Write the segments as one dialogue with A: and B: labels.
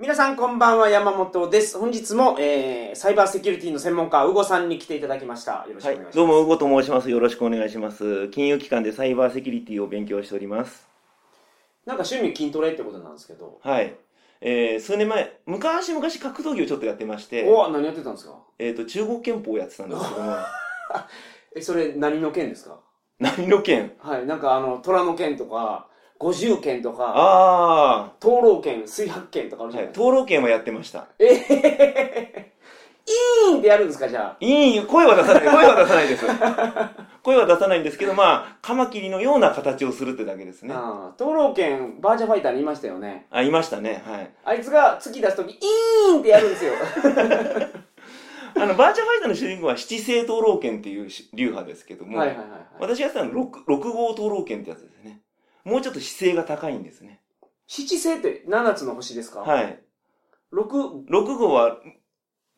A: 皆さんこんばんは、山本です。本日も、えー、サイバーセキュリティの専門家、うごさんに来ていただきました。よろしくお願い
B: はい
A: しま、す。
B: どうも、うごと申します。よろしくお願いします。金融機関でサイバーセキュリティを勉強しております。
A: なんか趣味筋トレってことなんですけど。
B: はい。えー、数年前、昔々格闘技をちょっとやってまして、
A: お何やってたんですか
B: えっ、と、中国拳法をやってたんですけども、
A: え、それ何の剣ですか
B: 何の拳
A: はい、なんかあの、虎の剣とか、五十剣とか、
B: あ
A: 灯籠剣、水白剣とかある
B: ー、
A: じゃ
B: は
A: ない
B: い、
A: ですか。
B: 灯籠拳はやってました。
A: えへへへへ。イーンってやるんですか、じゃあ。
B: いい、声は出さない、声は出さな いです。声は出さないんですけど、まあ、カマキリのような形をするってだけですね。
A: あー灯籠剣、バーチャファイターにいましたよね。
B: あ、いましたね。はい。
A: あいつが突き出すとき、イーンってやるんですよ。
B: あの、バーチャファイターの主人公は七星灯籠拳っていうし流派ですけど も、
A: はいはいはいはい。
B: 私がやってたのは 6, 6号灯籠拳ってやつですね。もうちょっと姿勢が高いんですね。
A: 七星って七つの星ですか
B: はい。
A: 六、
B: 6号は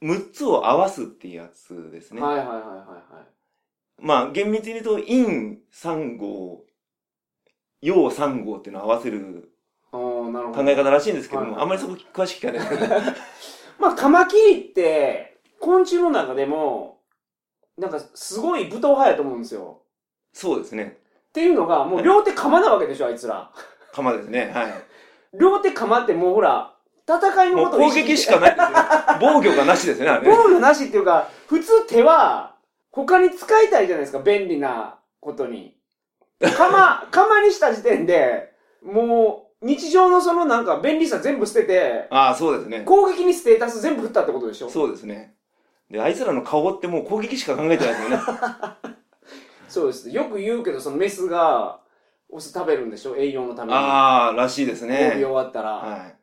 B: 6つを合わすっていうやつですね。
A: はいはいはいはいはい。
B: まあ厳密に言うと、陰3号、陽3号っていうのを合わせる
A: おーなるほ
B: 考
A: ど。
B: え方らしいんですけども、
A: はい
B: あんまりそこ詳しく聞かないですけど。
A: まあ、カマキリって、昆虫の中でも、なんかすごい武闘派やと思うんですよ。
B: そうですね。
A: っていうのが、もう両手釜なわけでしょ、あいつら。
B: 鎌ですね。はい。
A: 両手釜ってもうほら、戦いの
B: もう
A: ことを意
B: 攻
A: 識
B: 撃しかないですね。防御がなしですね、あれ。
A: 防御なしっていうか、普通手は、他に使いたいじゃないですか、便利なことに。 釜、釜にした時点で、もう、日常のそのなんか便利さ全部捨てて、
B: ああ、そうですね。
A: 攻撃にステータス全部振ったってことでしょ
B: そうですね。で、あいつらの顔ってもう攻撃しか考えてないですよね。
A: そうです。よく言うけど、そのメスが、オス食べるんでしょ栄養のために。
B: ああ、らしいです
A: 交尾終
B: ね。
A: わったら、
B: はい。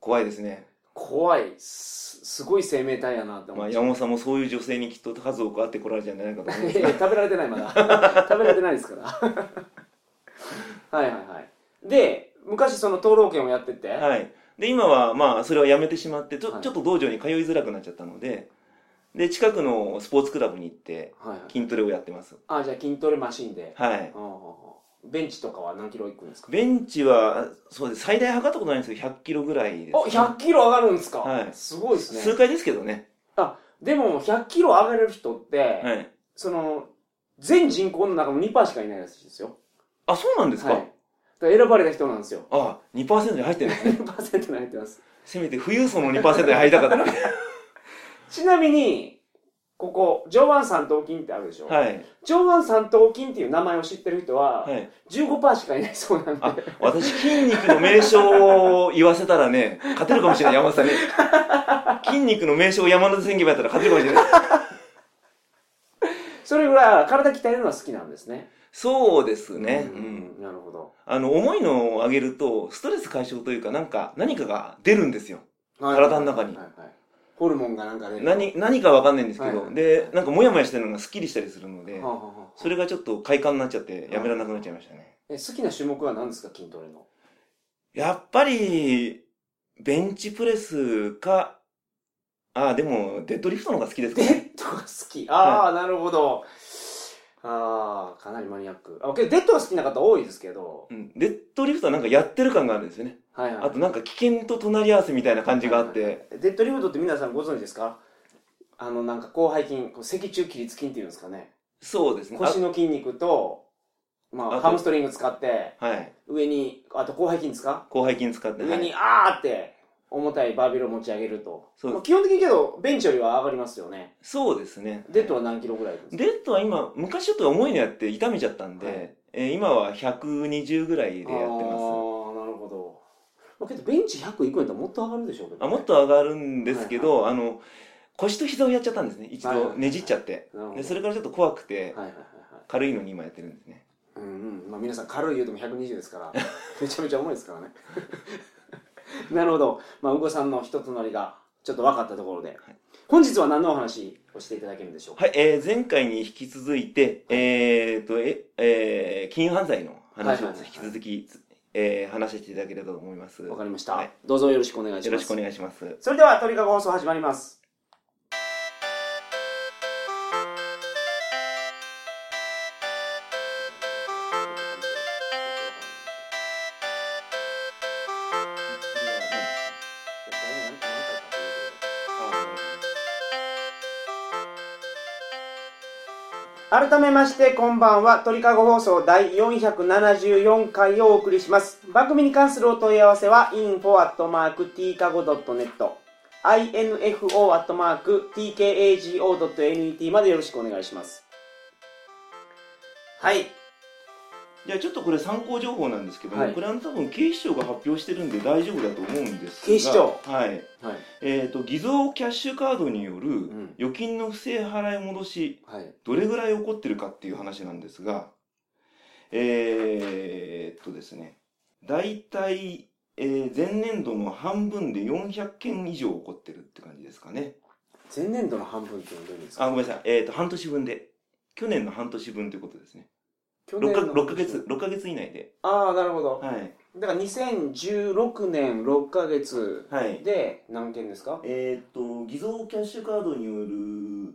B: 怖いですね。
A: 怖いす。すごい生命体やなって思
B: ま
A: っ
B: あ、
A: て。
B: 山本さんもそういう女性にきっと数多く会ってこられたんじゃないかと思い ま
A: い
B: す
A: や食べられてない、まだ。 食べられてないですから。はいはいはい。で、昔その灯籠券をやってて、
B: はい。で、今は、まあ、それはやめてしまって、ちょ
A: はい
B: ちょっと道場に通いづらくなっちゃったので、で、近くのスポーツクラブに行って、
A: はいはい
B: 筋トレをやってます。
A: あ、じゃあ筋トレマシンで。
B: はい。
A: うんうんうんベンチとかは何キロいくんですか
B: ベンチは、そうです。最大測ったことないんですけど、100キロぐらいです、
A: お、100キロ上がるんですか、
B: はい
A: すごいです
B: 数
A: ね。
B: 回ですけどね。
A: でも、100キロ上がれる人って、
B: はい。
A: その、全人口の中の2%しかいないらしいですよ。
B: あ、そうなんですか、
A: はい。だから選ばれた人なんですよ。
B: あ、2%に入ってるんですね。
A: 2%に入ってます。
B: せめて富裕層の2%に入りたかったな。
A: ちなみに、ここ、上腕三頭筋ってあるでしょ、
B: はい。
A: 上腕三頭筋っていう名前を知ってる人は、
B: はい。
A: 15%しかいないそうなんで。
B: あ、私、筋肉の名称を言わせたらね、勝てるかもしれない、山田さんに。筋肉の名称を山田宣言やったら勝てるかもしれない。
A: それぐらい体鍛えるのは好きなんですね。
B: そうですね。う。
A: うんんなるほど。
B: あの、重いのを上げると、ストレス解消というか、なんか、何かが出るんですよ。
A: はい
B: 体の中に
A: はいはいホルモンがなんかで。
B: 何、何かわかんないんですけ
A: は
B: ど、
A: い
B: で、なんかモヤモヤしてるのがスッキリしたりするので
A: はあ、はあはあ
B: それがちょっと快感になっちゃって、やめられなくなっちゃいましたね。
A: え好きな種目は何ですか筋トレの。
B: やっぱり、ベンチプレスか、あ、でも、デッドリフトの方が好きですか
A: デ
B: ね。
A: ッドが好き。ああ、なるほど。ああ、かなりマニアック。あ、けどデッドが好きな方多いですけど。
B: うんデッドリフトはなんかやってる感があるんですよね。
A: はいはい。
B: あとなんか危険と隣り合わせみたいな感じがあって、
A: デッドリフトって皆さんご存知ですかあの、なんか広背筋、こう脊柱起立筋っていうんですかね。
B: そうですね。
A: 腰の筋肉と、まあ、
B: あと
A: ハムストリング使って、
B: あはい。
A: 上に、あと広背筋ですか
B: 後背筋使って、は
A: 上に、
B: い、
A: あーって、重たいバーベルを持ち上げると。
B: そう
A: まあ基本的にけど、ベンチよりは上がりますよね。
B: そうですね。
A: デッドは何キロぐらいいくんです
B: デッドは今、昔ちょっと重いのやって痛めちゃったんで、
A: はい
B: えー今は120ぐらいでやっ
A: か
B: て
A: あ
B: ま
A: ーなるほど。まあ、けど、ベンチ100いくんやったらもっと上がるでしょうけど、
B: す。あ
A: ね。
B: もっと上がるんですけど、あの、腰と膝をやっちゃったんですね。一
A: はいはい
B: 度ねじっちゃって。
A: なるほど。
B: で、それからちょっと怖くて、
A: はいはいはいはい。
B: 軽いのに今やってるんですね。
A: うんうん。まあ皆さん軽い言うても120ですから、 めちゃめちゃ重いですからね。 なるほど。まあ、うごさんの人となりがちょっと分かったところで、本日は何のお話をしていただけるんでしょうか。
B: はい、えー前回に引き続いて、えーと、え、えー金融犯罪の話を
A: はいはいはいはい
B: 引き続き、えー話していただければと思います。
A: わかりました、
B: はい
A: どうぞよろしくお願いします。
B: よろしくお願いします。
A: それでは、鳥かご放送始まります。 改めましてこんばんは鳥かご放送第474回をお送りします番組に関するお問い合わせは info.tkago.net info.tkago.net までよろしくお願いしますはい
B: じゃあちょっとこれ参考情報なんですけども、
A: はい
B: これあの多分警視庁が発表してるんで大丈夫だと思うんですが
A: 警視庁
B: はい
A: はい
B: えー、と偽造キャッシュカードによる
A: ん
B: 預金の不正払い戻し
A: はい
B: どれぐらい起こってるかっていう話なんですがえー、っとですね大体、えー前年度の半分で400件以上起こってるって感じですかね
A: 前年度の半分っていうのはどういう意味です
B: あ
A: か
B: ごめんなさい、えー、と半年分で去年の半年分ということですね
A: 去
B: 6,
A: 年
B: か
A: の
B: 6ヶ月6ヶ月以内で
A: ああなるほど
B: はい
A: だから2016年6ヶ月
B: はい
A: で何件ですか
B: えーっと、偽造キャッシュカードによる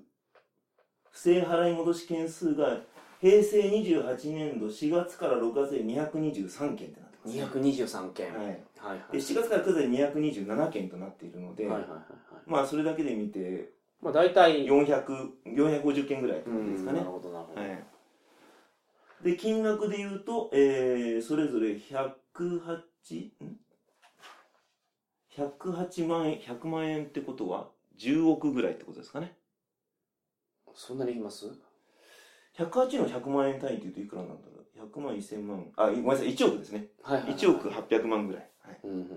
B: 不正払い戻し件数が平成28年度4月から6月で223件となってます、
A: 223件
B: はい。
A: はいは
B: で、
A: い
B: 4月から9月で227件となっているので、
A: はいはいはいはい
B: まあ、それだけで見て、
A: まあ大体
B: 400、450件ぐらいって
A: う
B: ことです
A: ん
B: か
A: な
B: ね
A: る。ほどなるほど、
B: はい。で、金額で言うと、えー、それぞれ108、ん ?108 万円、100万円ってことは、10億ぐらいってことですかね。
A: そんなにいきます
B: 108の100万円単位って言うといくらなんだろう ?100 万1000万。あ、ごめんなさい、1億ですね。
A: はいはい、はい、
B: 1億800万ぐらい。はい、
A: うんうんうん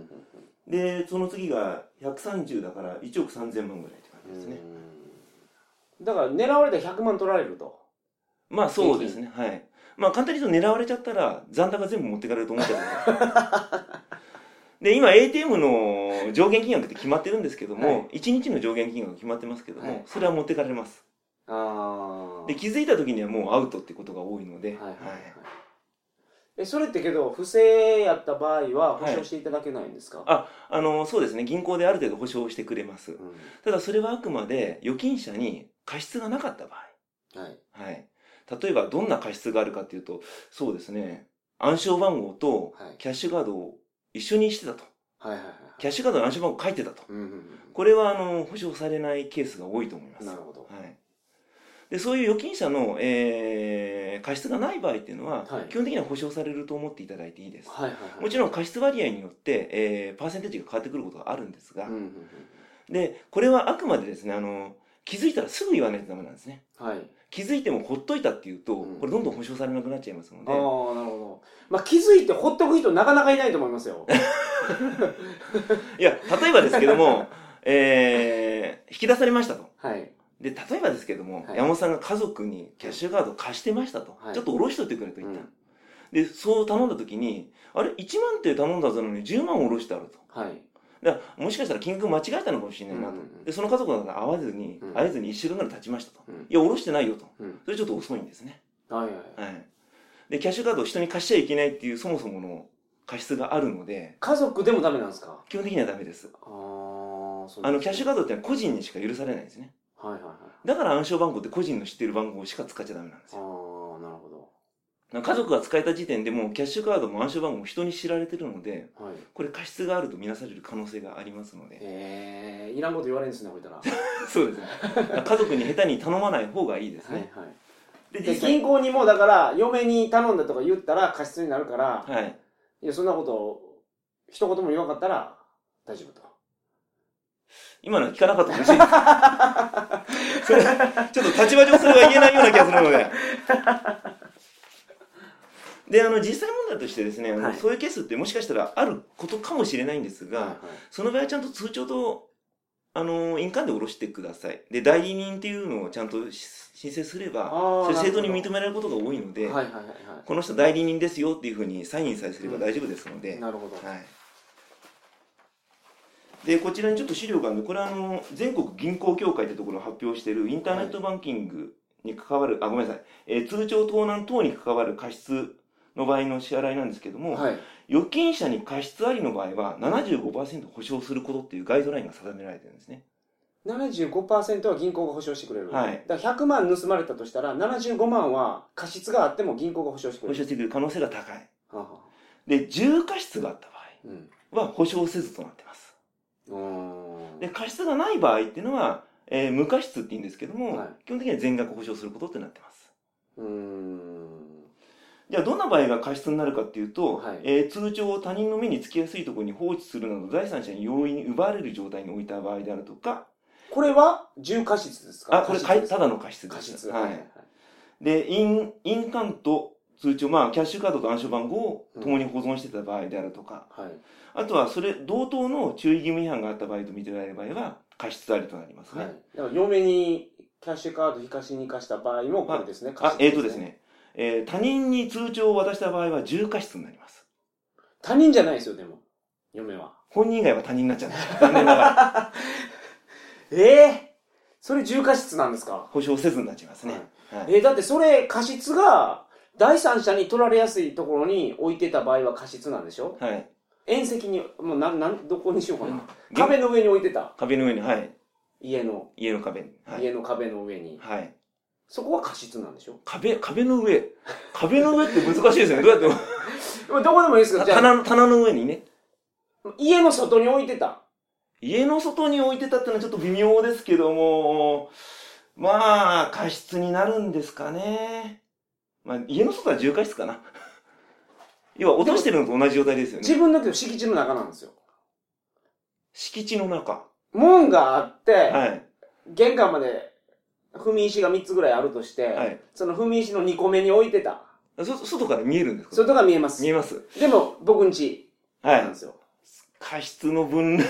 B: で、その次が130だから1億3000万ぐらいって感
A: うん
B: じですね。
A: うんだから狙われたら100万取られると
B: まあそうですね。はい。まあ簡単に言うと狙われちゃったら残高全部持ってかれると思っ ちゃうけどね。で、今 ATM の上限金額って決まってるんですけども、1日の上限金額決まってますけども、
A: はい
B: それは持ってかれます。
A: ああ
B: で、気づいた時にはもうアウトってことが多いの
A: は
B: で、
A: いはいはい、
B: はい
A: えそれってけど不正やった場合は保証していただけないんですか、
B: ああの、そうですね。銀行である程度保証してくれます。
A: う
B: ただそれはあくまで預金者に過失がなかった場
A: ん、はい
B: 合。はい。例えばどんな過失があるかっていうと、そうですね。暗証番号と
A: はい
B: キャッシュカードを一緒にしてたと。
A: はいはいはい
B: キャッシュカードの暗証番号書いてたと。
A: うんうん
B: これはあの、保証されないケースが多いと思いま
A: うん
B: す。
A: なる
B: は
A: ほど
B: い。で、そういう預金者の、えー過失がない場合っていうのは、
A: はい
B: 基本的には保証されると思っていただいていいです。
A: はいはいはい
B: もちろん過失割合によって、えーパーセンテージが変わってくることがあるんですが、
A: うんうんうん
B: で、これはあくまでですね、あの、気づいたらすぐ言わないとダメなんですね。
A: はい、
B: 気づいてもほっといたっていうと、
A: うん
B: これどんどん保証されなくなっちゃいますの
A: ああ
B: で、
A: ーなるほど、まあ、気づいてほっとく人なかなかいないと思います よ
B: いや、例えばですけども、 えー、引き出されましたと。
A: はい
B: で、例えばですけども、
A: はい
B: 山本さんが家族にキャッシュカード貸してましたと。
A: はい
B: ちょっと下ろしといてくれと言った。
A: うん
B: で、そう頼んだ時に、あれ、1万って頼んだはずなのに10万下ろしてあると。
A: はい
B: だからもしかしたら金額間違えたのかもしれないなと。
A: うんうんうん
B: で、その家族が会わずに、
A: うん
B: 会えずに1週間ぐらい経ちましたと。
A: うん
B: いや、下ろしてないよと。
A: うん
B: それちょっと遅いんですね。
A: はいはい
B: はい。で、キャッシュカードを人に貸しちゃいけないっていうそもそもの過失があるので、
A: 家族でもダメなんですか
B: 基本的にはダメです。
A: ああそう
B: あの、キャッシュ
A: が
B: カードってのは個人にしか許されないんですね。
A: はいはいはい
B: だから暗証番号って個人の知ってる番号しか使っちゃダメなんです
A: ああ
B: よ。
A: なるほ
B: なんか家族が使えた時点でもうキャッシュカードも暗証番号も人に知られてるので、
A: どはい
B: これ過失があると見なされる可能性がありますので。
A: えー、いらんこと言われるんですねこいたらは
B: そう ですね。だから家族に下手に頼まない方がいいです
A: いは
B: ね。
A: い
B: で、
A: で
B: 実際
A: 銀行にもだから嫁に頼んだとか言ったら過失になるから、
B: はい。
A: い、やそんなこと一言も言わなかったら大丈夫と
B: 今のは聞かなかったらしいです。それ ちょっと立場上それは言えないような気がするので。で、あの、実際問題としてですね、あの
A: はい
B: そういうケースってもしかしたらあることかもしれないんですが、
A: はいはい
B: その場合はちゃんと通帳と、あの、印鑑で下ろしてください。で、代理人っていうのをちゃんとし申請すれば、
A: あー
B: それ正当に
A: なるほど
B: 認められることが多いので、
A: はいはいはい
B: この人代理人ですよっていうふうにサインさえすれば大丈夫ですので、
A: なるほど、
B: はい。で、こちらにちょっと資料があるんで、これはあの、全国銀行協会ってところが発表しているインターネットバンキングに関わる、あ、ごめんなさい、えー通帳盗難等に関わる過失の場合の支払いなんですけども、
A: はい
B: 預金者に過失ありの場合は75%保証することっていうガイドラインが定められてるんですね。
A: 75%は銀行が保証してくれる、
B: はい
A: だから100万盗まれたとしたら75万は過失があっても銀行が保証してく
B: 保
A: れ
B: 証
A: る
B: してくる可能性が高い。
A: はあはあ
B: で、重過失があった
A: うん
B: 場合は保証せずとなってます。
A: うーん
B: で、過失がない場合っていうのは、えー無過失って言うんですけども、
A: はい
B: 基本的には全額保証することってなってます。
A: うーん。
B: じゃあどんな場合が過失になるかっていうと、
A: はい
B: えー通帳を他人の目につきやすいところに放置するなど財産者に容易に奪われる状態に置いた場合であるとか
A: これは重過失ですか
B: あこれかいただの過失です
A: 過失。
B: はい、で印印鑑と通帳まあキャッシュカードと暗証番号を共に保存してた場合であるとか、
A: はい。
B: あとはそれ同等の注意義務違反があった場合と認められる場合は過失ありとなりますね、
A: はい。だから嫁にキャッシュカード引かしに貸した場合もこれですね。過
B: あ
A: 失
B: えーとです。ね、えー他人に通帳を渡した場合は重過失になります
A: 他人じゃないですよ、でも。嫁は。
B: 本人以外は他人になっちゃうんですよ残念ながら
A: ええそれ重過失なんですか
B: 保証せずになっちゃいますね、はい
A: えーだってそれ過失が第三者に取られやすいところに置いてた場合は過失なんでしょ
B: はい。
A: 縁石に、もうなん、なん、どこにしようかな。壁
B: 壁
A: の上に置いてた。
B: 壁の上に、はい。
A: 家の、
B: 家の壁に。はい。
A: 家の壁の上に。
B: はい。
A: そこは過失なんでしょ
B: 壁、壁の上。壁の上って難しいですよね。どうやっ
A: まあどこでもいいですけ
B: て
A: ど、
B: も。
A: じゃあ、
B: 棚の、棚の上にね。
A: 家の外に置いてた。
B: 家の外に置いてたってのはちょっと微妙ですけども、まあ、過失になるんですかね。まあ、家の外は重過失かな。 要は、落としてるのと同じ状態ですよ
A: 自
B: ね。
A: 分のけど敷地の中なんですよ。
B: 敷地の中。
A: 門があって、
B: はい。
A: 玄関まで踏み石が3つぐらいあるとして、
B: はい。
A: その踏み石の2個目に置いてた。
B: そ、外から見えるんですか
A: 外が見えます
B: 見。えます。
A: でも、僕ん家
B: は
A: なん
B: い
A: で。すよ。
B: 過失の分類。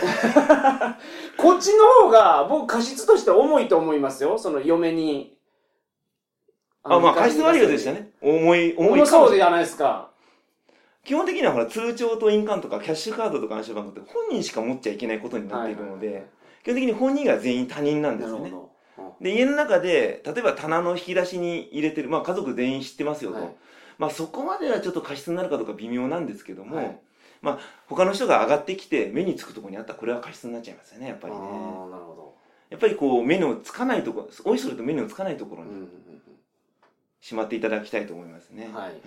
A: こっちの方が僕過失として重いと思いますよ。その嫁に。
B: あ、まあ、過失割合でした
A: ね。
B: ね。重い、重いかもしれな
A: 重
B: い。
A: そうじゃないですか。
B: 基本的にはほら通帳と印鑑とかキャッシュカードとか暗証番号って本人しか持っちゃいけないことになっているので、基本的に本人が全員他人なん
A: な
B: で
A: る
B: すよ
A: ほ
B: ね。
A: ど。
B: で家の中で例えば棚の引き出しに入れてる、まあ、家族全員知ってますよと、
A: はい
B: まあ、そこまではちょっと過失になるかどうか微妙なんですけども、
A: はい
B: まあ、他の人が上がってきて目につくところにあったらこれは過失になっちゃいますよねやっぱりね
A: あーなるほ
B: やっぱりこう目のつかないところおいそれと目のつかないところ
A: ど。う
B: に
A: んうん
B: しまっていただきたいと思いますね。
A: はい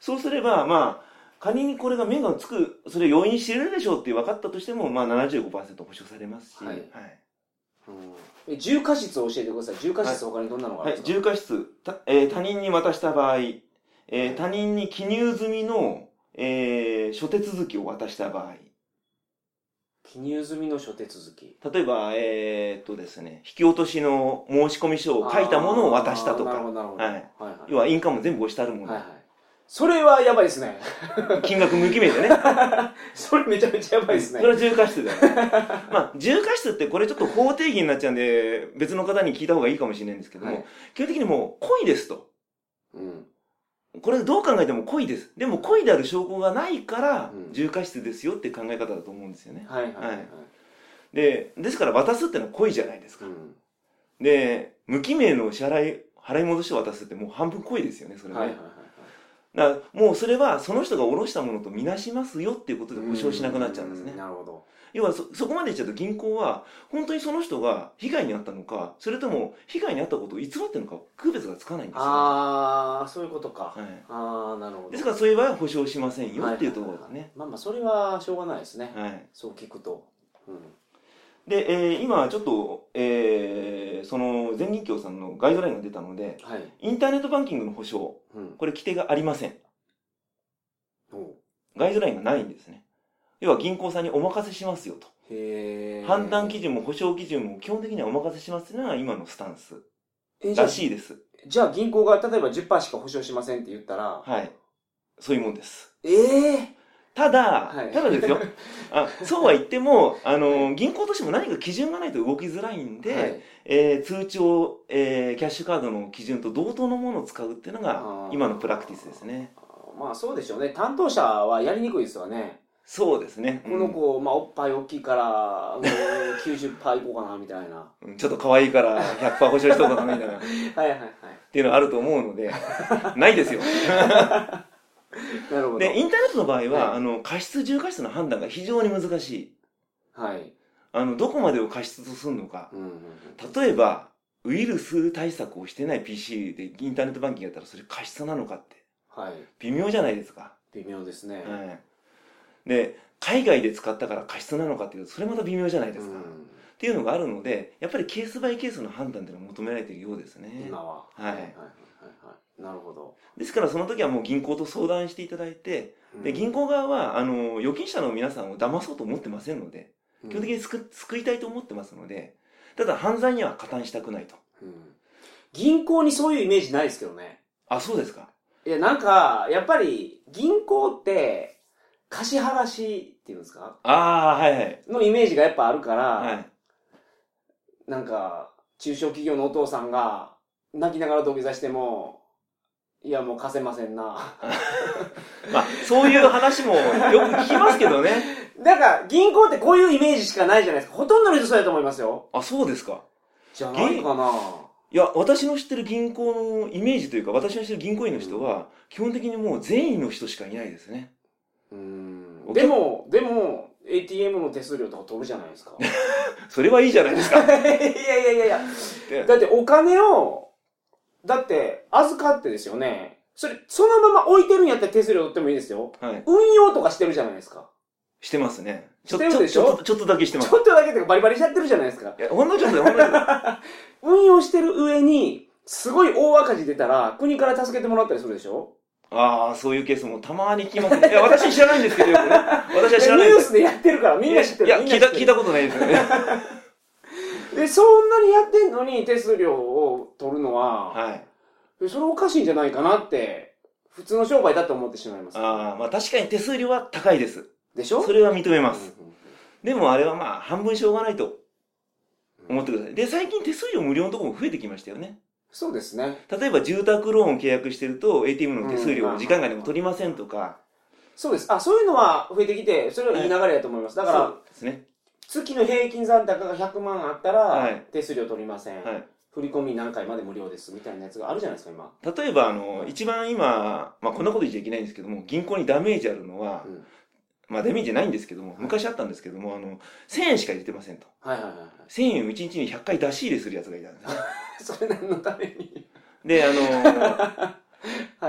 B: そうすれば、まあ、仮にこれが目がつく、それ要因してるでしょうって分かったとしても、まあ75%保証されますし、
A: はいうんうんえ重過失を教えてください。重過失他にどんなのがあ
B: は
A: る
B: い
A: んですか、
B: 重過失、たえー他人に渡した場合、えー他人に記入済みの、えー、諸手続きを渡した場合、
A: 記入済みの諸手続き。
B: 例えば、えーっとですね、引き落としの申込書を書いたものを渡したと
A: あーなるほど、
B: か、
A: なるほど。
B: はい
A: はい
B: 要は印鑑も全部押したるもの、
A: はいはい。それはやばいですね。
B: 金額無記名でね、
A: それめちゃめちゃやばいです
B: それ
A: ね。
B: は重過失だよね。まあ、重過失ってこれちょっと法定義になっちゃうんで、別の方に聞いた方がいいかもしれないんですけども、
A: はい
B: 基本的にもう、故意ですと。
A: うん。
B: これどう考えても故意です。でも故意である証拠がないから
A: う、ん
B: 重過失ですよって考え方だと思うんですよね。
A: はいはいはい
B: はい。で、ですから渡すってのは故意じゃないです
A: う
B: か。
A: ん
B: で、無記名の支払い、払い戻して渡すってもう半分故意ですよね、それは
A: はい
B: ね、
A: はいはいはい。
B: だからもうそれはその人が下ろしたものとみなしますよっていうことで保証しなくなっちゃうんですね
A: う。なるほど。
B: 要はそそこまでいっちゃうと銀行は本当にその人が被害に遭ったのかそれとも被害に遭ったことを偽ってるのか区別がつかないんですよ、は
A: ああ、そういうことか。
B: い、
A: ああ、なるほど。
B: ですからそういう場合は保証しませんよ
A: は
B: っていうところですね、
A: まあまあ、それはしょうがないですね。
B: はい、
A: そう聞くと。うん。
B: で、えー今ちょっと、えーその全銀協さんのガイドラインが出たので
A: はい。
B: インターネットバンキングの保証
A: うん。
B: これ規定がありません
A: おう
B: ガイドラインがないんですね要は銀行さんにお任せしますよと
A: へえ。
B: 判断基準も保証基準も基本的にはお任せしますというのが今のスタンス
A: えじゃあ
B: ら、しいです
A: じゃあ銀行が例えば10%しか保証しませんって言ったら、
B: はいそういうもんです
A: ええ
B: ただ、
A: はい
B: ただですよあそうは言ってもあの、銀行としても何か基準がないと動きづらいんで、
A: はい
B: えー通帳、えーキャッシュカードの基準と同等のものを使うっていうの
A: あ
B: が
A: ー
B: 今のプラクティスですね
A: まあそうでしょうね。担当者はやりにくいですよね。
B: そうですね、
A: こ
B: うん
A: の子、まあおっぱい大きいから、うん90%いこうかな、み たいな。
B: うんちょっと可愛いから100%保証しとかないんだなっ
A: はいはいはい。
B: ていうのはあると思うので な いですよ
A: なるほど。
B: でインターネットの場合は、
A: はい
B: あの過失重過失の判断が非常に難しい
A: はい。
B: あのどこまでを過失とするのか
A: うんうんうん
B: 例えばウイルス対策をしてない PC でインターネットバンキングやったらそれ過失なのかって
A: はい。
B: 微妙じゃないですか、
A: 微妙ですね。
B: はい、で海外で使ったから過失なのかっていうとそれまた微妙じゃないですか、
A: う
B: っ
A: ん
B: ていうのがあるのでやっぱりケースバイケースの判断っていうのが求められているようですね
A: 今は。
B: はい
A: はいはいはい。なるほど。
B: ですからその時はもう銀行と相談していただいて、で、銀行側は、あの、預金者の皆さんを騙そうと思ってませんので、
A: うん、
B: 基本的に救救いたいと思ってますので、ただ犯罪には加担したくないと。
A: うん銀行にそういうイメージないですけどね。
B: あ、そうですか。
A: いや、なんか、やっぱり、銀行って、貸し払しっていうんですか
B: ああ、はいはい。
A: のイメージがやっぱあるから、
B: はい。
A: なんか、中小企業のお父さんが、泣きながら土下座しても、いや、もう貸せません な。
B: まあ、そういう話もよく聞きますけどね。
A: だから、銀行ってこういうイメージしかないじゃないですか。ほとんどの人そうやと思いますよ。
B: あ、そうですか。
A: じゃないかな。
B: いや、私の知ってる銀行のイメージというか、私の知ってる銀行員の人は、基本的にもう善意の人しかいないですね。
A: うん。でも、でも、ATM の手数料とか飛ぶじゃない ですか。い
B: それはいいじゃないです か。
A: やいやいやいや。
B: で
A: だってお金を、だって預かってですよね。それ、そのまま置いてるんやったら手数料取ってもいいですよ。
B: はい。
A: 運用とかしてるじゃないですか。
B: してますね。ちょ、
A: して
B: ち
A: る
B: ょ、
A: でし
B: ち
A: ょ
B: ょっと、ちょっとだけしてま
A: ち
B: す。
A: ょっとだけでバリバリしちゃってるじゃないですか。
B: いや、ほんのちょっとだよほんのちょっとだよ。
A: 運用してる上に、すごい大赤字出たら、国から助けてもらったりするでしょ
B: ああ、そういうケースもたまに聞きますね。いや、私知らないんですけど、よくね。私
A: で
B: は
A: ニ
B: 知らないん
A: ュ
B: で
A: ー
B: す。
A: スでやってるから、みんな知ってる。
B: いや、
A: みん
B: 聞
A: ない
B: た、
A: 知って
B: 聞
A: る
B: いたことないですよね。
A: で、そんなにやってんのに手数料を取るのは、
B: はい。
A: でそれおかしいんじゃないかなって、普通の商売だと思ってしまいます。
B: ああ、まあ確かに手数料は高いです。
A: でしょ
B: それは認め
A: う
B: ます。
A: ん
B: でもあれはまあ、半分しょうがないと
A: うん
B: 思ってください。で、最近手数料無料のところも増えてきましたよね。
A: そうですね。
B: 例えば住宅ローンを契約してると、ATM の手数料
A: う
B: を
A: ん
B: 時間外でも取りませんとか。
A: そうです。あ、そういうのは増えてきて、それはいい流れだと思います。だか
B: そ
A: ら、
B: うですね。
A: 月の平均残高が100万あった
B: は
A: ら
B: い、
A: 手数料取りません。
B: はい。
A: 振り込み何回まで無料です、みたいなやつがあるじゃないですか、今。
B: 例えば、あの、一番今、まあこんなこと言っちゃいけないんですけども、銀行にダメージあるのは
A: う、ん
B: まあデメージないんですけども、昔あったんですけども、あの、1000円しか入れてませんと。
A: はいはいはいは
B: 1000円を1日に100回出し入れするやつがいたんで すね。
A: い。それ何のために
B: で、あの、
A: は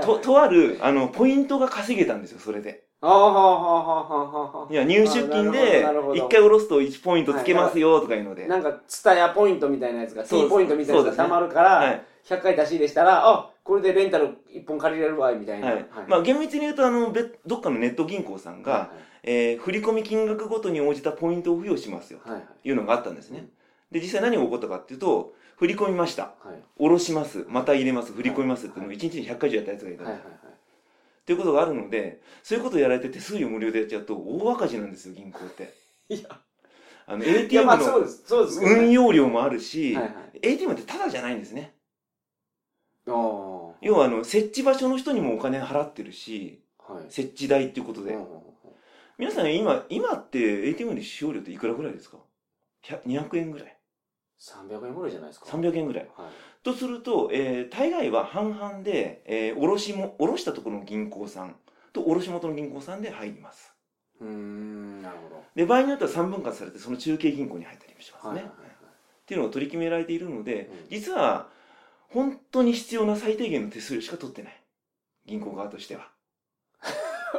A: い
B: と、とある、あの、ポイントが稼げたんですよ、それで。
A: ああ、はあはあはあはい
B: や、入出金で
A: あなるほどなるほ、ど
B: 1回下ろすと1ポイントつけますよ、とかいうの
A: あ。
B: で。
A: なんか、ツタヤポイントみたいなやつが、
B: そう
A: T ポイントみたいなやつが
B: そうですね
A: 溜まるか
B: は
A: ら、
B: い。
A: 100回出し入れしたら、あ、これでレンタル1本借りれるわ、みたいな。
B: はい。まあ、厳密に言うと、あの、別どっかのネット銀行さん
A: は
B: が、えー、振込金額ごとに応じたポイントを付与しますよ、
A: いはいはい
B: というのがあったんですね。で、実際何が起こったかっていうと、振り込みました。
A: はい
B: 下ろします。また入れます。振り込みますっていうのを1日に100回以上やったやつがいたん
A: はい
B: です
A: はいはい。
B: っていうことがあるので、そういうことをやられて手数料無料でやっちゃうと大赤字なんですよ、銀行って。
A: いや
B: あの、
A: いや、
B: ATM
A: まあそう
B: の
A: です。そうですけどね。
B: 運用量もあるし、
A: はいはい。
B: ATM ってタダじゃないんですね。
A: あ
B: 要は、あの、設置場所の人にもお金払ってるし、
A: あ。はい。
B: 設置代っていうことで。
A: うんうんうん
B: 皆さん今、今って ATM の使用料っていくらぐらいですか100 ?200 円ぐらい。
A: 300円ぐらいじゃないですか。
B: 300円ぐらい。
A: はい。
B: とすると、えー、大概は半々で、えー、おろしも、おろしたところの銀行さんと、おろし元の銀行さんで入ります。
A: うーん、なるほど。
B: で場合によっては3分割されてその中継銀行に入ったりもします
A: はい
B: ね、
A: はいはい
B: っていうのが取り決められているので、
A: うん
B: 実は本当に必要な最低限の手数料しか取ってない銀行側としては、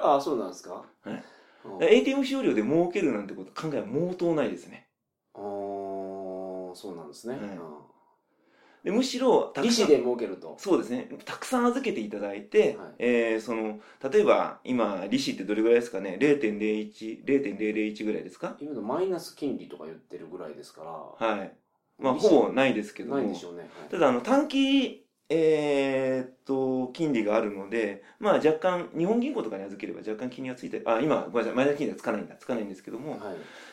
A: ああ、そうなんですか。
B: い
A: うん。
B: ATM 使用料で儲けるなんてこと考えは毛頭ないですね
A: あーそうなんですね。
B: はい
A: うん
B: でむしろたく
A: 利子
B: さん
A: で儲けると。
B: そうですねたくさん預けていただいて、
A: はい
B: えーその例えば今利子ってどれぐらいですかね0.010.001ぐらいですか
A: 今のマイナス金利とか言ってるぐらいですから、
B: はいまあ
A: 利子
B: ほぼないですけども
A: ないんでしょうね。
B: ただあの短期、えーっと金利があるので、まあ、若干日本銀行とかに預ければ若干金利がついてあ今ごめんなさいマイナス金利はつかないんだつかないんですけど
A: はい。
B: も
A: はい。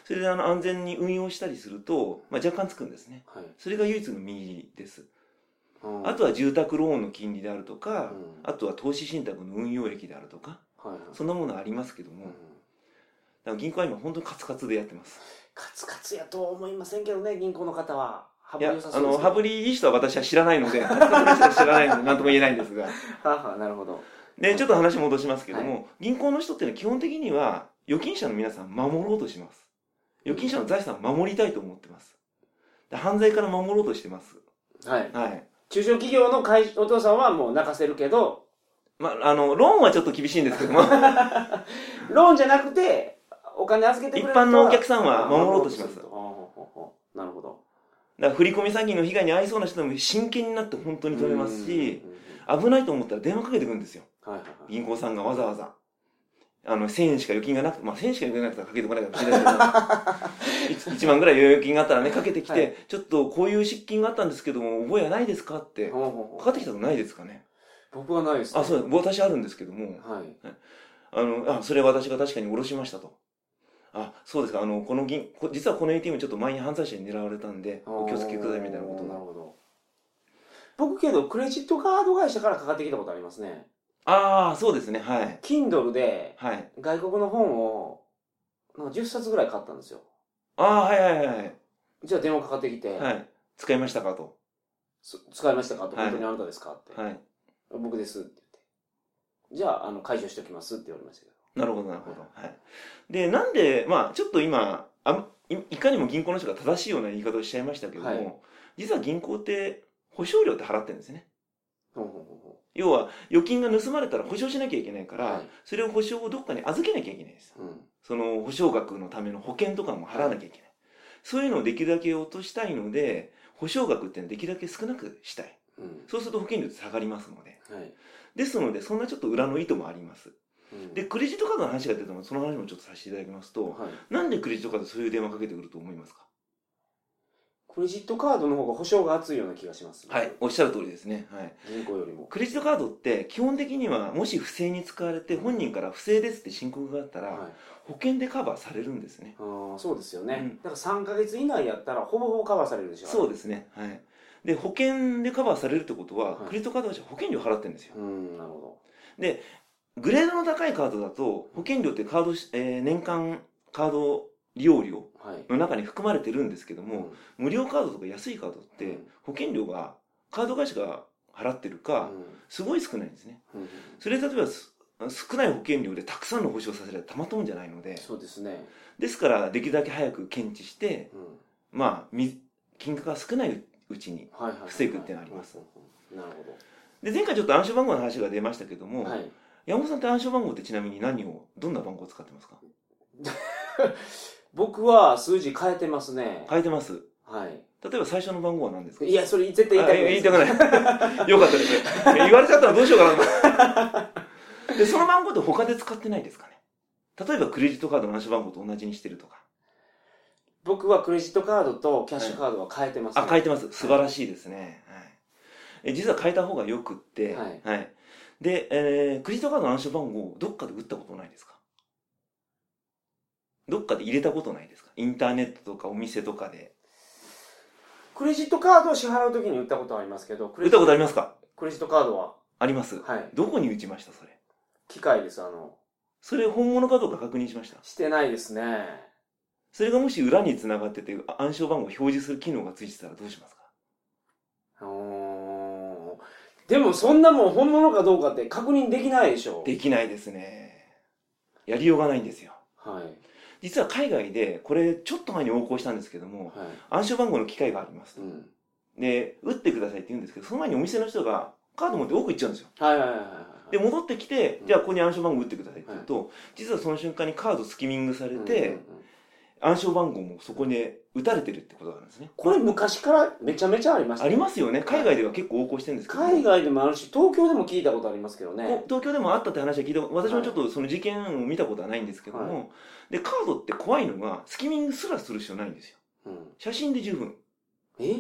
B: それであの安全に運用したりすると、まあ、若干つくんですね
A: はい
B: それが唯一の右利きです
A: うん
B: あとは住宅ローンの金利であるとか
A: うん
B: あとは投資信託の運用益であるとか
A: はいはい
B: そんなものありますけども
A: うん
B: だから銀行は今本当にカツカツでやってます
A: カツカツやとは思いませんけどね、銀行の方は。羽
B: い
A: 振
B: や
A: り良さ
B: あ
A: そうです
B: の
A: けど
B: 羽振りいい人は私は知らない のでカツカツの人は知らないので何とも言えないんですが
A: はあはあなるほど。は
B: で、
A: い
B: ちょっと話戻しますけども、銀行の人っていうのは基本的には、預金者の皆さん守ろうとします。預金者の財産を守りたいと思ってます。で犯罪から守ろうとしてます。
A: はい。
B: はい。
A: 中小企業の会お父さんはもう泣かせるけど、
B: まあ、あの、ローンはちょっと厳しいんですけ ども、
A: ローンじゃなくて、お金預けて
B: 一
A: くれる
B: 般のお客さん
A: さ
B: は守ろうとします。だ
A: あ
B: か
A: ほうほうほうなるほど。
B: ら、振り込み詐欺の被害に遭いそうな人でも真剣になって本当に止めま
A: うん
B: すし、
A: うんうんうん
B: 危ないと思ったら電話かけてくるんですよ。
A: はいはい
B: 銀行さんがわざわざ。あの、1000円しか預金がなくて、まあ、1000円しか預金がなくてかけてこないかもしれないけど、1万ぐらい 余裕金があったらね、かけてきて、
A: はい
B: ちょっとこういう失金があったんですけども、覚えはないですかって、か
A: ほうほうほ
B: か
A: う
B: ってきたことないですかね。
A: 僕はないです、
B: あ、そう、私あるんですけども、
A: はい。
B: あの、あ、それ私が確かに下ろしましたと。あ、そうですか、あの、この銀、こ実はこの ATM ちょっと前に犯罪者に狙われたんで、お気をつけくださいみたいなこと
A: なる
B: が。
A: ほど。僕けど、クレジットカード会社からかかってきたことありますね。
B: ああ、そうですね、はい。
A: Kindle で
B: はい。
A: 外国の本をなんか10冊ぐらい買ったんですよ。
B: ああ、はいはいはい
A: じゃあ電話かかってきて、
B: はい。はい。使いましたかと。
A: そ使いましたかって、
B: はい
A: 本当にあなたですかって、
B: はい。
A: 僕ですって言って。じゃあ、あの、解除しておきますって言われましたけど。
B: なるほど、なるほど。はい。で、なんで、まあ、ちょっと今、あいいかにも銀行の人が正しいような言い方をしちゃいましたけども、
A: はい
B: 実は銀行って保証料って払ってるんですね。
A: ほうほうほ
B: 要は、預金が盗まれたら保証しなきゃいけないから、
A: はい
B: それを保証をどっかに預けなきゃいけないです。
A: うほう。うん。
B: その保証額のための保険とかも払わなきゃいけない。そういうのをできるだけ落としたいので、保証額っていうのはできるだけ少なくしたい。
A: う
B: そうすると保険料って下がりますので。
A: ん。はい。
B: ですので、そんなちょっと裏の意図もあります。
A: うん
B: で、、クレジットカードの話が出たので、その話もちょっとさせていただきますと、
A: はい。
B: なんでクレジットカードそういう電話かけてくると思いますか
A: クレジットカードの方が保証が厚いような気がします、
B: はい。おっしゃる通りですね。はい。
A: 銀行よりも。
B: クレジットカードって基本的にはもし不正に使われて本人から不正ですって申告があったら
A: はい。
B: 保険でカバーされるんですね。
A: ああ、そうですよね。
B: うん
A: だから3ヶ月以内やったら、ほぼほぼカバーされるでしょ。。
B: そううですね。はい。で、保険でカバーされるってことは
A: はい
B: クレジットカード会社は保険料払ってるんですよ。
A: うん、なるほ
B: グレードの高いカードだと保険料ってカードし、えー年間カード利用料
A: ど。はい。
B: の中に含まれてるんですけども、
A: ん
B: 無料カードとか安いカードっ
A: う
B: て
A: ん
B: 保険料がカード会社が払ってる
A: う
B: か、
A: ん
B: すごい少ないんですね。
A: うん
B: それ例えばす少ない保険料でたくさんの保証させたらたまったもんじゃないので
A: そうですね。
B: ですからできるだけ早く検知して
A: うん。
B: まあみ金額が少ないうちに
A: はいはいはいはい。
B: 防ぐっていうのあります
A: うんうんなるほ
B: で前回ちょっと暗証番号の話が出ましたけども、
A: ど。はい。
B: 山本さんって暗証番号ってちなみに何をどんな番号を使ってますか
A: 僕は数字変えてますね。
B: 変えてます
A: はい。
B: 例えば最初の番号は何ですか
A: いや、それ絶対言いたくない
B: あ
A: で
B: 言い
A: す。
B: たくない よかったです言われちゃったらどうしようかなとでその番号って他で使ってないですかね例えばクレジットカードの暗証番号と同じにしてるとか
A: 僕はクレジットカードとキャッシュカードは変えてます、
B: あ、変え
A: て
B: てます。素晴らしいですね。はい。え、実は変えた方がよくって、
A: はい
B: で、えー、クレジットカードの暗証番号、どっかで打ったことないですかどっかで入れたことないですかインターネットとかお店とかで。
A: クレジットカードを支払うときに売ったことはありますけど、ク
B: 打
A: レ
B: っ
A: ジ
B: たことありますか
A: クレジットカードは、
B: あります。
A: はい。
B: どこに打ちましたそれ。
A: 機械です。あの、
B: それ本物かどうか確認しました。
A: してないですね。
B: それがもし裏に繋がってて、あ暗証番号を表示する機能がついてたらどうしますか
A: おーでもそんなもん本物かどうかって確認できないでしょ。
B: できないですね。やりようがないんですよ。
A: はい。
B: 実は海外で、これちょっと前に横行したんですけども、
A: は
B: 暗証番号の機械があります
A: い。う
B: と。
A: ん。
B: で、打ってくださいって言うんですけど、その前にお店の人がカード持って奥行っちゃうんですよ。
A: はいはいはいはい。
B: で、戻ってきて
A: う、ん
B: じゃあここに暗証番号打ってくださいって言うと、実はその瞬間にカードスキミングされ
A: うんう
B: て
A: ん、うん
B: 暗証番号もそこに打たれてるってことがあるんですね。
A: これ昔からめちゃめちゃありました
B: ありますよね。海外では結構横行してるんですけど。
A: 海外でもあるし、東京でも聞いたことありますけど
B: こ
A: ね
B: う。東京でもあったって話は聞いた私もちょっとその事件を見たことはないんですけども、でカードって怖いのがスキミングすらする必要ないんですよ
A: うん。
B: 写真で十分
A: え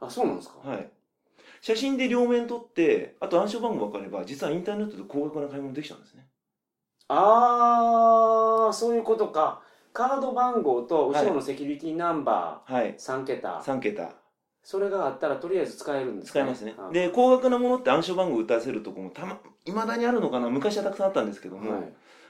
A: あ、そうなんですか
B: はい。写真で両面撮って、あと暗証番号分かれば、実はインターネットで高額な買い物できちゃうんですね。
A: あー、そういうことか。カード番号と後ろのセキュリティナンバ
B: はい
A: ー。3桁。
B: 3桁。
A: それがあったらとりあえず使えるんです
B: 使えますね。
A: あ
B: で、高額なものって暗証番号打たせるとこもたま、未だにあるのかな昔はたくさんあったんですけども、
A: はい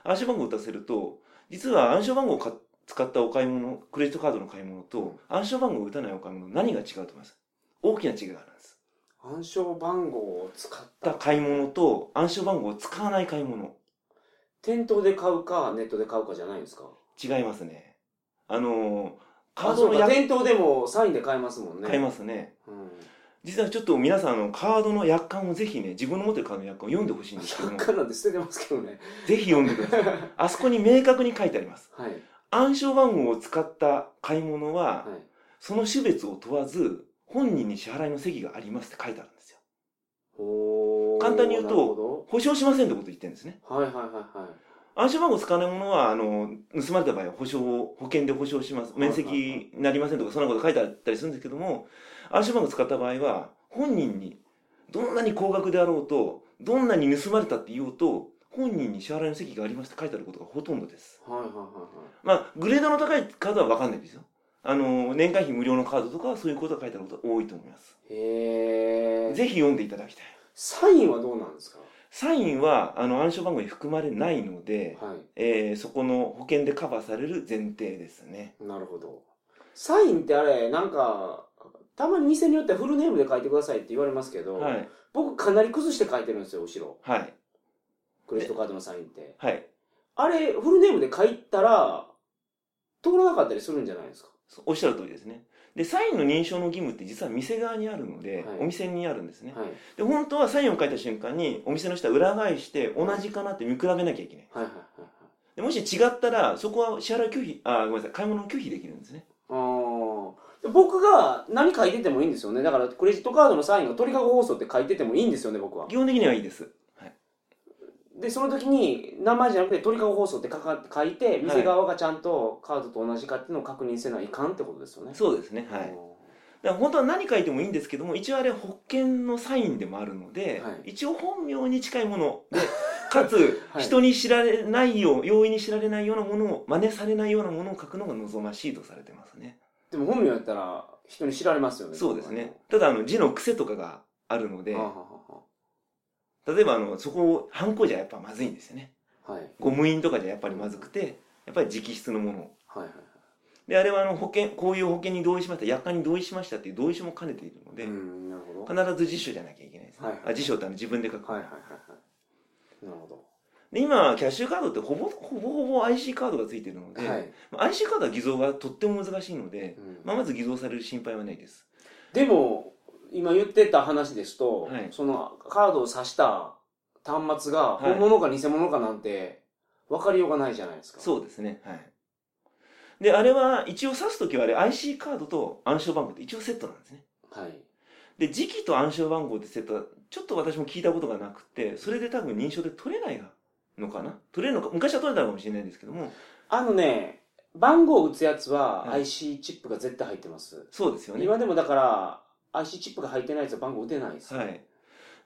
B: 暗証番号打たせると、実は暗証番号をか使ったお買い物、クレジットカードの買い物と、暗証番号を打たないお買い物、何が違うと思います大きな違いがあるんです。
A: 暗証番号を使っ
B: だ
A: た
B: 買い物と、暗証番号を使わない買い物、
A: 店頭で買うかネットで買うかじゃないんですか
B: 違いますね。あのー、カ
A: あ
B: ー
A: そ
B: ド
A: う
B: の
A: か
B: 役、
A: 店頭でもサインで買えますもんね
B: 買いますね。
A: うん
B: 実はちょっと皆さんあのカードの約款をぜひね自分の持ってるカードの約款を読んでほしいんですけど
A: 100
B: も
A: 回なんて捨ててますけどね
B: ぜひ読んでくださいあそこに明確に書いてあります
A: はいはい
B: 暗証番号を使った買い物は、その種別を問わず本人に支払いの席がありますって書いてあるんですよ
A: おおー
B: 簡単に言うと
A: なるほ
B: 保証しませんってことを言ってるんですね。
A: どはいはいはいはい。
B: 暗証番号使わないものは、あの、盗まれた場合は保証を、保険で保証します。面積になりませんとか、そんなこと書いてあったりするんですけども、暗証番号使った場合は、本人に、どんなに高額であろうと、どんなに盗まれたって言おうと、本人に支払いの席がありますって書いてあることがほとんどです。
A: はいはいはいはい。
B: まあ、グレードの高いカードは分かんないですよ。あの、年会費無料のカードとか、そういうことが書いてあることが多いと思います。
A: へえ。
B: ぜひ読んでいただきたい。
A: サインはどうなんですか
B: サインは、あの、暗証番号に含まれないので、
A: はい。
B: えーそこの保険でカバーされる前提ですね。
A: なるほど。サインってあれ、なんか、たまに店によってはフルネームで書いてくださいって言われますけど、
B: はい。
A: 僕かなり崩して書いてるんですよ、後ろ。
B: はい。
A: クレジットカードのサインって。
B: はい。
A: あれ、フルネームで書いたら、通らなかったりするんじゃないですか
B: そうおっしゃる通りですね。で、サインの認証の義務って実は店側にあるので、
A: はい
B: お店にあるんですね。
A: はい。
B: で、本当はサインを書いた瞬間に、お店の人は裏返して、同じかなって見比べなきゃいけない。
A: はいはいはいはい。
B: でもし違ったら、そこは支払い拒否、あ、ごめんなさい、買い物を拒否できるんですね。
A: あーで僕が何書いててもいいんですよね。だから、クレジットカードのサインが鳥かご放送って書いててもいいんですよね、僕は。
B: 基本的にはいいです。
A: で、その時に、名前じゃなくて鳥かご放送って書か書いて、店側がちゃんとカードと同じかっていうのを確認せないかんってことですよね。
B: そうですね。はい。だから本当は何書いてもいいんですけども、一応あれ保険のサインでもあるので、
A: はい
B: 一応本名に近いもの で、かつ
A: はい
B: 人に知られないよう、容易に知られないようなものを、真似されないようなものを書くのが望ましいとされてますね。
A: でも本名やったら、人に知られますよね。
B: そうですね。ただあの字の癖とかがあるの
A: は
B: で
A: あ、はあは
B: 例えばあの、そこを、ハンコじゃやっぱまずいんですよね。
A: あはい。
B: ゴム印とかじゃやっぱりまずくて、やっぱり直筆のものを。
A: はいはい
B: で、あれはあの保険、こういう保険に同意しました、約款に同意しましたっていう同意書も兼ねているの
A: はい。
B: で
A: う、ん、なるほど。はい
B: 必ず辞書じゃなきゃいけないですね。
A: はいはい
B: あ辞書ってあの自分で書く。
A: はいはいはい。なるほど。
B: で今キャッシュカードってほぼほぼほぼ IC カードがついてるので、
A: はい。
B: まあ IC カードは偽造がとっても難しいので、
A: うん
B: まあ、まず偽造される心配はないです
A: でも今言ってた話ですと、
B: はい
A: そのカードを挿した端末が
B: はい
A: 本物か偽物かなんて分かりようがないじゃないですか、
B: そうですねはいであれは一応指す時はあれ IC カードと暗証番号って一応セットなんですね
A: はい
B: で時期と暗証番号ってセットはちょっと私も聞いたことがなくてそれで多分認証で取れないのかな取れるのか昔は取れたのかもしれないですけども
A: あのね番号を打つやつは
B: はい
A: IC チップが絶対入ってます、
B: そうですよね
A: 今でもだから IC チップが入ってないやつは番号打てないです、
B: はい。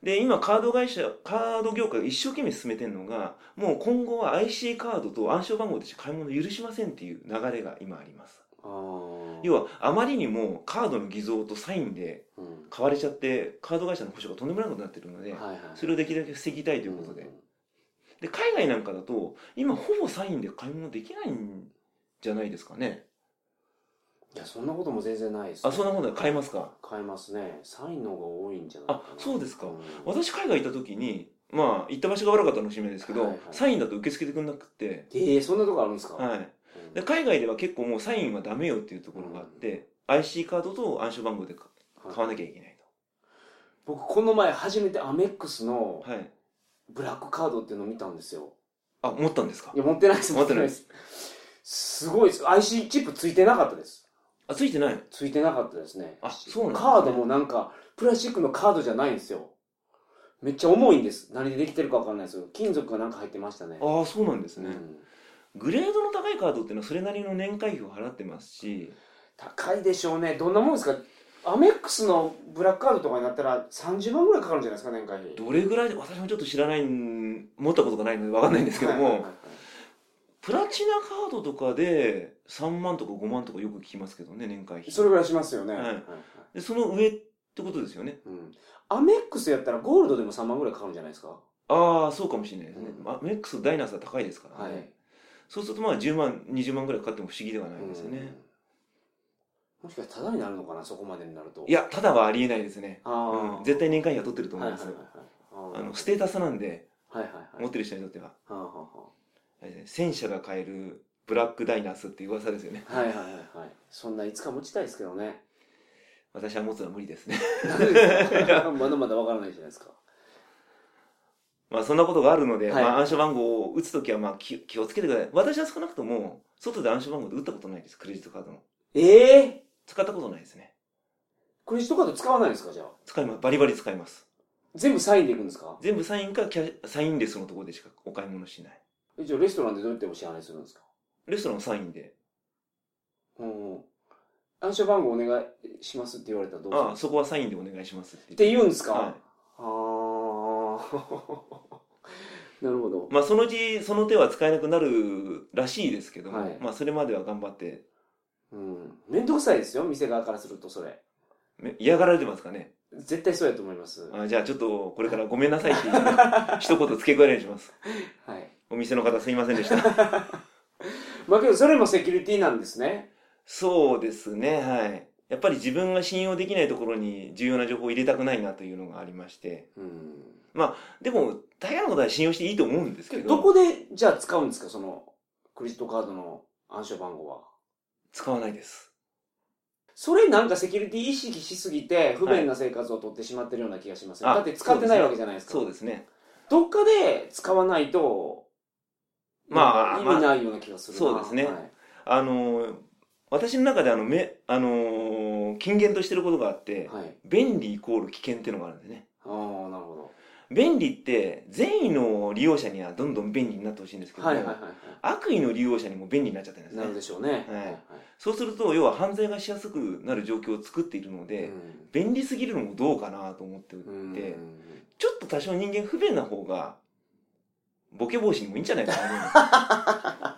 B: で、今、カード会社、カード業界が一生懸命進めてるのが、もう今後は IC カードと暗証番号でしか買い物許しませんっていう流れが今あります。
A: あー
B: 要は、あまりにもカードの偽造とサインで
A: うん
B: 買われちゃって、カード会社の保証がとんでもないことになってるので、
A: はいはい、
B: それをできるだけ防ぎたいということで。で、海外なんかだと、今ほぼサインで買い物できないんじゃないですかね。
A: いやそんなことも全然ないです、
B: あ、そんなことで買えますか
A: 買えますねサインの方が多いんじゃないかな
B: あそうですか
A: ん
B: 私、海外行った時に、まあ、行った場所が悪かったのかもしれないですけど、
A: はいはい
B: サインだと受け付けてくれなくて、
A: えー、そんなとこあるんですか、
B: はい。
A: うん
B: で海外では結構もうサインはダメよっていうところがあって、IC カードと暗証番号でか
A: はい
B: 買わなきゃいけない
A: 僕この前初めてアメックスの
B: とはい
A: ブラックカードっていうのを見たんですよ
B: あ持ったんですか
A: いや持ってないです
B: 持ってないです
A: すごいです IC チップついてなかったです
B: あついてない
A: ついてなかったですね
B: あそうなんですね
A: カードもなんかプラスチックのカードじゃないんですよめっちゃ重いんです何でできてるかわかんないですけど金属がなんか入ってましたね
B: ああそうなんです
A: う
B: ね、
A: ん
B: グレードの高いカードっていうのはそれなりの年会費を払ってますし
A: 高いでしょうねどんなもんですかアメックスのブラックカードとかになったら30万ぐらいかかるんじゃないですか年会費
B: どれぐらいで私もちょっと知らないん持ったことがないので分かんないんですけども、
A: はいはいはいはい
B: プラチナカードとかで3万とか5万とかよく聞きますけどね年会費
A: それぐらいしますよね、
B: はい
A: はいはい
B: でその上ってことですよね
A: うん、アメックスやったらゴールドでも3万ぐらいかかるんじゃないですか
B: ああそうかもしれないですね、
A: うん
B: まあメックスダイナースは高いですからね、そうするとまあ10万20万ぐらいかかっても不思議ではないですよね、
A: うんもしかしたらタダになるのかなそこまでになると
B: いやただはありえないですね、
A: あ
B: う
A: あ
B: ん、絶対年会費は取ってると思います、
A: はいはいはいはい
B: あのステータスなんで
A: はいはい
B: 持
A: はい
B: ってる人にとっては、
A: はあは
B: えー戦車が買えるブラックダイナースっていう噂ですよね
A: あはあはいはいはいはいそんないつか持ちたいですけどね
B: 私は持つのは無理ですね
A: なんでですかまだまだわからないじゃないですか
B: まあそんなことがあるので、
A: はい
B: まあ、暗証番号を打つときはまあ気気をつけてください私は少なくとも外で暗証番号で打ったことないですクレジットカードの
A: ええ
B: 使ったことないですね
A: クレジットカード使わないんですかじゃあ
B: 使いますバリバリ使います
A: 全部サインでいくんですか
B: 全部サインかキャサインレスのところでしかお買い物しない
A: えじゃあレストランでどうやってお支払いするんですか
B: レストランはサインで
A: うん。暗証番号お願いしますって言われたらどうする
B: ああそこはサインでお願いしますって
A: っ
B: 言って
A: て言うんですか、
B: は
A: ああ。 なるほど。
B: まあそのうちその手は使えなくなるらしいですけども、
A: はい
B: まあそれまでは頑張って
A: うん。面倒くさいですよ、店側からするとそれ。
B: め嫌がられてますかね
A: 絶対そうやと思います。は
B: あじゃあちょっとこれからごめんなさ いっていう一言付け加えるようにします
A: い。
B: お店の方すいませんでした
A: まあけど、それもセキュリティなんですね。
B: そうですねはいやっぱり自分が信用できないところに重要な情報を入れたくないなというのがありまして
A: うん。
B: でも大概のことは信用していいと思うんですけど
A: どこで、じゃあ使うんですか、その、クレジットカードの暗証番号は。
B: 使わないです
A: それなんかセキュリティ意識しすぎて、不便な生活をとってしまってるような気がしますね、
B: あ
A: だって使ってないわけじゃないですか。
B: そうですね
A: どっかで使わないと、
B: まあ
A: なんか意味ないような気がするな、
B: まあそうですね
A: はい
B: あのー私の中であのめあのー金言としてることがあって、
A: はい。
B: 便利イコール危険っていうのがあるんでね
A: ああ、なるほ
B: 便利って善意の利用者にはどんどん便利になってほしいんですけ
A: ど。
B: ど、
A: はいはいはいは
B: 悪意の利用者にも便利になっちゃってるん
A: い。
B: です
A: な
B: ね
A: るでしょうね。はい
B: はい
A: は
B: そうすると要は犯罪がしやすくなる状況を作っているの
A: い。
B: で、
A: うん
B: 便利すぎるのもどうかなと思っていて、
A: うん
B: ちょっと多少人間不便な方がボケ防止にもいいんじゃないか な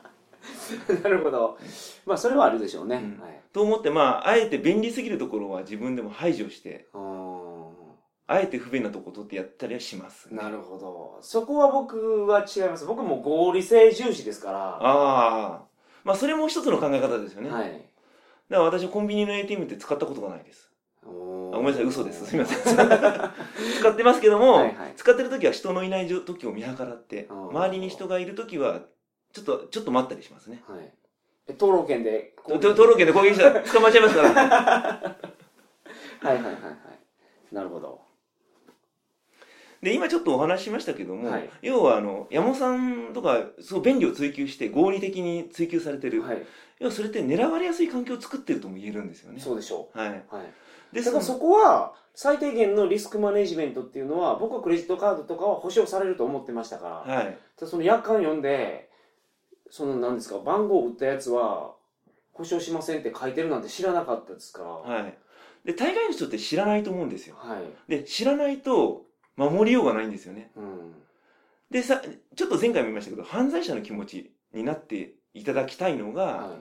A: なるほど。まあ、それはあるでしょうね。
B: うん
A: はい。
B: と思ってまああえて便利すぎるところは自分でも排除して
A: あー
B: あえて不便なとこ取ってやったりはします、
A: なるほど。そこは僕は違います。僕も合理性重視ですから。
B: ああまあそれも一つの考え方ですよね、
A: は
B: だか
A: い。
B: ら私コンビニの ATM って使ったことがないです
A: ご
B: あごめんなさい、嘘です。すみません。 使ってますけども、
A: はいはい
B: 使ってる時は人のいない状時を見計らって、
A: あー
B: 周りに人がいる時は、ちょっと、ちょっと待ったりしますね。
A: はい。え、登録券で。
B: とと登録券で攻撃したら捕まっちゃいますから、ね、
A: はいはいはいはい。なるほど。
B: で、今ちょっとお話ししましたけども、
A: はい
B: 要はあの、山本さんとか、そう便利を追求して合理的に追求されてる。
A: はい。
B: 要はそれって狙われやすい環境を作ってるとも言えるんですよね。
A: そうでしょ
B: はい。
A: う。はい。
B: で、
A: だから
B: そ
A: そこは、最低限のリスクマネジメントっていうのは、僕はクレジットカードとかは保証されると思ってましたから、
B: のはい。
A: ただその約款読んで、その何ですか、番号を打ったやつは、保証しませんって書いてるなんて知らなかったですから、はい。
B: はい。で、大概の人って知らないと思うんですよ。で、知らないと、守りようがないんですよね。
A: うん。
B: でさ、ちょっと前回も言いましたけど、犯罪者の気持ちになっていただきたいのが、
A: は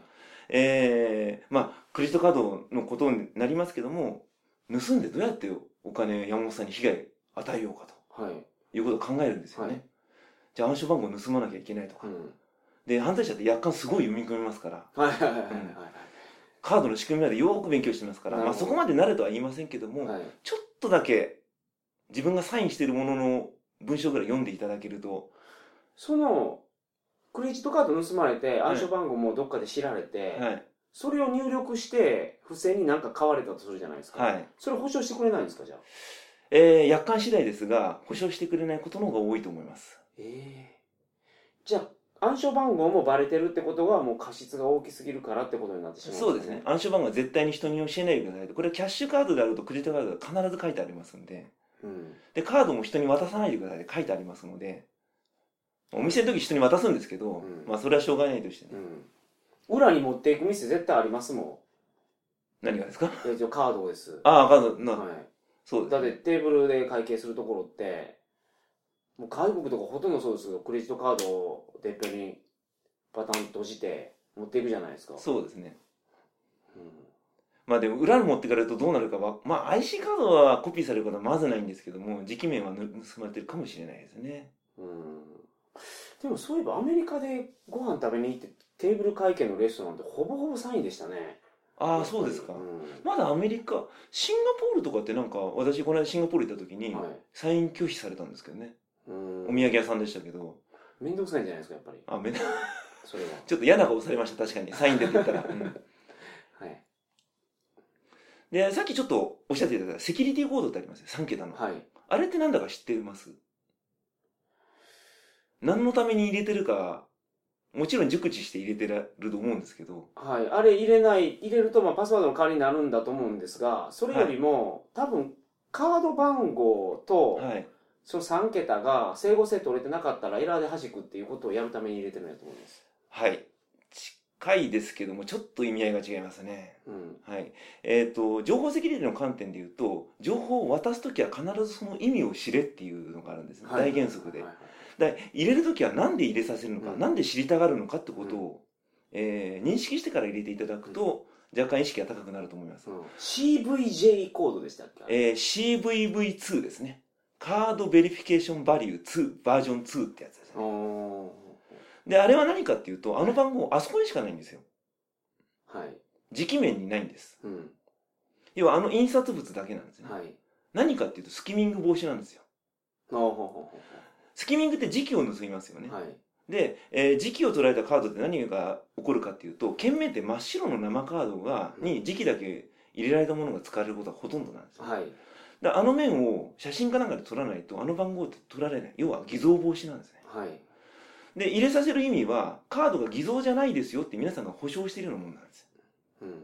B: えー、まあ、クレジットカードのことになりますけども、盗んでどうやってお金を山本さんに被害を与えようか
A: い。はい。
B: ということを考えるんですよね。
A: はい
B: じゃあ暗証番号を盗まなきゃいけないとか。
A: うん。
B: で、犯罪者って約款すごい読み込みますから、
A: はいはいはいは
B: カードの仕組みまでよーく勉強してますから、
A: なる
B: まあ
A: ほど
B: そこまで慣れとは言いませんけども、
A: いはい。はい。
B: ちょっとだけ自分がサインしているものの文章ぐらい読んでいただけると、
A: そのクレジットカード盗まれて暗証番号もどっかで知られて、
B: はい、
A: それを入力して不正になんか買われたとするじゃないですか、
B: はい。
A: それ保証してくれないんですかじゃあ
B: えー、約款次第ですが、保証してくれないことの方が多いと思います。
A: ええじゃあ暗証番号もバレてるってことはもう過失が大きすぎるからってことになってしま
B: そうですね。暗証番号は絶対に人に教えないでくださいと。これはキャッシュカードであるとクレジットカードが必ず書いてありますんで。
A: うん
B: で、カードも人に渡さないでくださいって書いてありますので。お店の時人に渡すんですけど、
A: うん
B: まあそれはしょうがないとしてね。
A: うん裏に持っていく店絶対ありますも
B: 何がですか
A: んクレジットカードです
B: ああ、カード、な、
A: はい
B: そうで
A: だ
B: す、
A: って
B: ね。
A: テーブルで会計するところって、もう外国とかほとんどそうですけど、クレジットカードをてっぺんにパタンと閉じて持っていくじゃないですか。
B: そうですね。
A: うん
B: まあでも裏に持ってかれるとどうなるかは、まあ IC カードはコピーされることはまずないんですけども、磁気面はぬ盗まれてるかもしれないですね。
A: うんでもそういえばアメリカでご飯食べに行ってテーブル会計のレストランってほぼほぼサインでしたね。
B: ああ、そうですか。
A: うん
B: まだアメリカ、シンガポールとかってなんか、私この間シンガポール行った時に、
A: はい。
B: サイン拒否されたんですけどね。
A: う
B: お
A: ん
B: 土産屋さんでしたけど、
A: めんどくさいんじゃないですか、やっぱり。
B: あ、め ち
A: それは。
B: ょっと嫌な顔されました、確かに。サインでって言ったら。うん
A: はい。
B: で、さっきちょっとおっしゃっていただいた、セキュリティコードってありますよ、3桁の。
A: はい。
B: あれってなんだか知ってます何のために入れてるか、もちろん熟知して入れてると思うんですけど、
A: はい、あれ入れない入れるとまあパスワードの代わりになるんだと思うんですがそれよりも、多分カード番号と、
B: はい。
A: その3桁が整合性取れてなかったらエラーで弾くっていうことをやるために入れてるんやと思います。
B: はい。近いですけども、ちょっと意味合いが違いますね。
A: うん。
B: はい。えっ、と、情報セキュリティの観点で言うと、情報を渡すときは必ずその意味を知れっていうのがあるんですね。大原則で
A: はい。はい
B: だから入れるときはなんで入れさせるのか、
A: うん
B: なんで知りたがるのかってことを、えー認識してから入れていただくと、若干意識が高くなると思います。
A: うん CVJ コードでしたっけ、
B: えー CVV2 ですね。カードベリフィケーションバリュー2、バージョン2ってやつですね。
A: おー
B: で、あれは何かっていうと、あの番号、あそこにしかないんですよ。
A: はい。
B: 磁気面にないんです。
A: うん。
B: 要はあの印刷物だけなんですね。
A: はい。
B: 何かっていうと、スキミング防止なんですよ。
A: あーほうほうほ
B: スキミングって磁気を盗みますよ
A: う
B: ね。
A: ほうはい。
B: で、えー磁気を取られたカードって何が起こるかっていうと、券名って真っ白の生カードが、
A: うん
B: に磁気だけ入れられたものが使われることはほとんどなんですよ。
A: はい。
B: だからあの面を写真かなんかで取らないと、あの番号って取られない。要は偽造防止なんですね。
A: はい。
B: で、入れさせる意味は、カードが偽造じゃないですよって皆さんが保証しているようなもんなんですよ。
A: うん。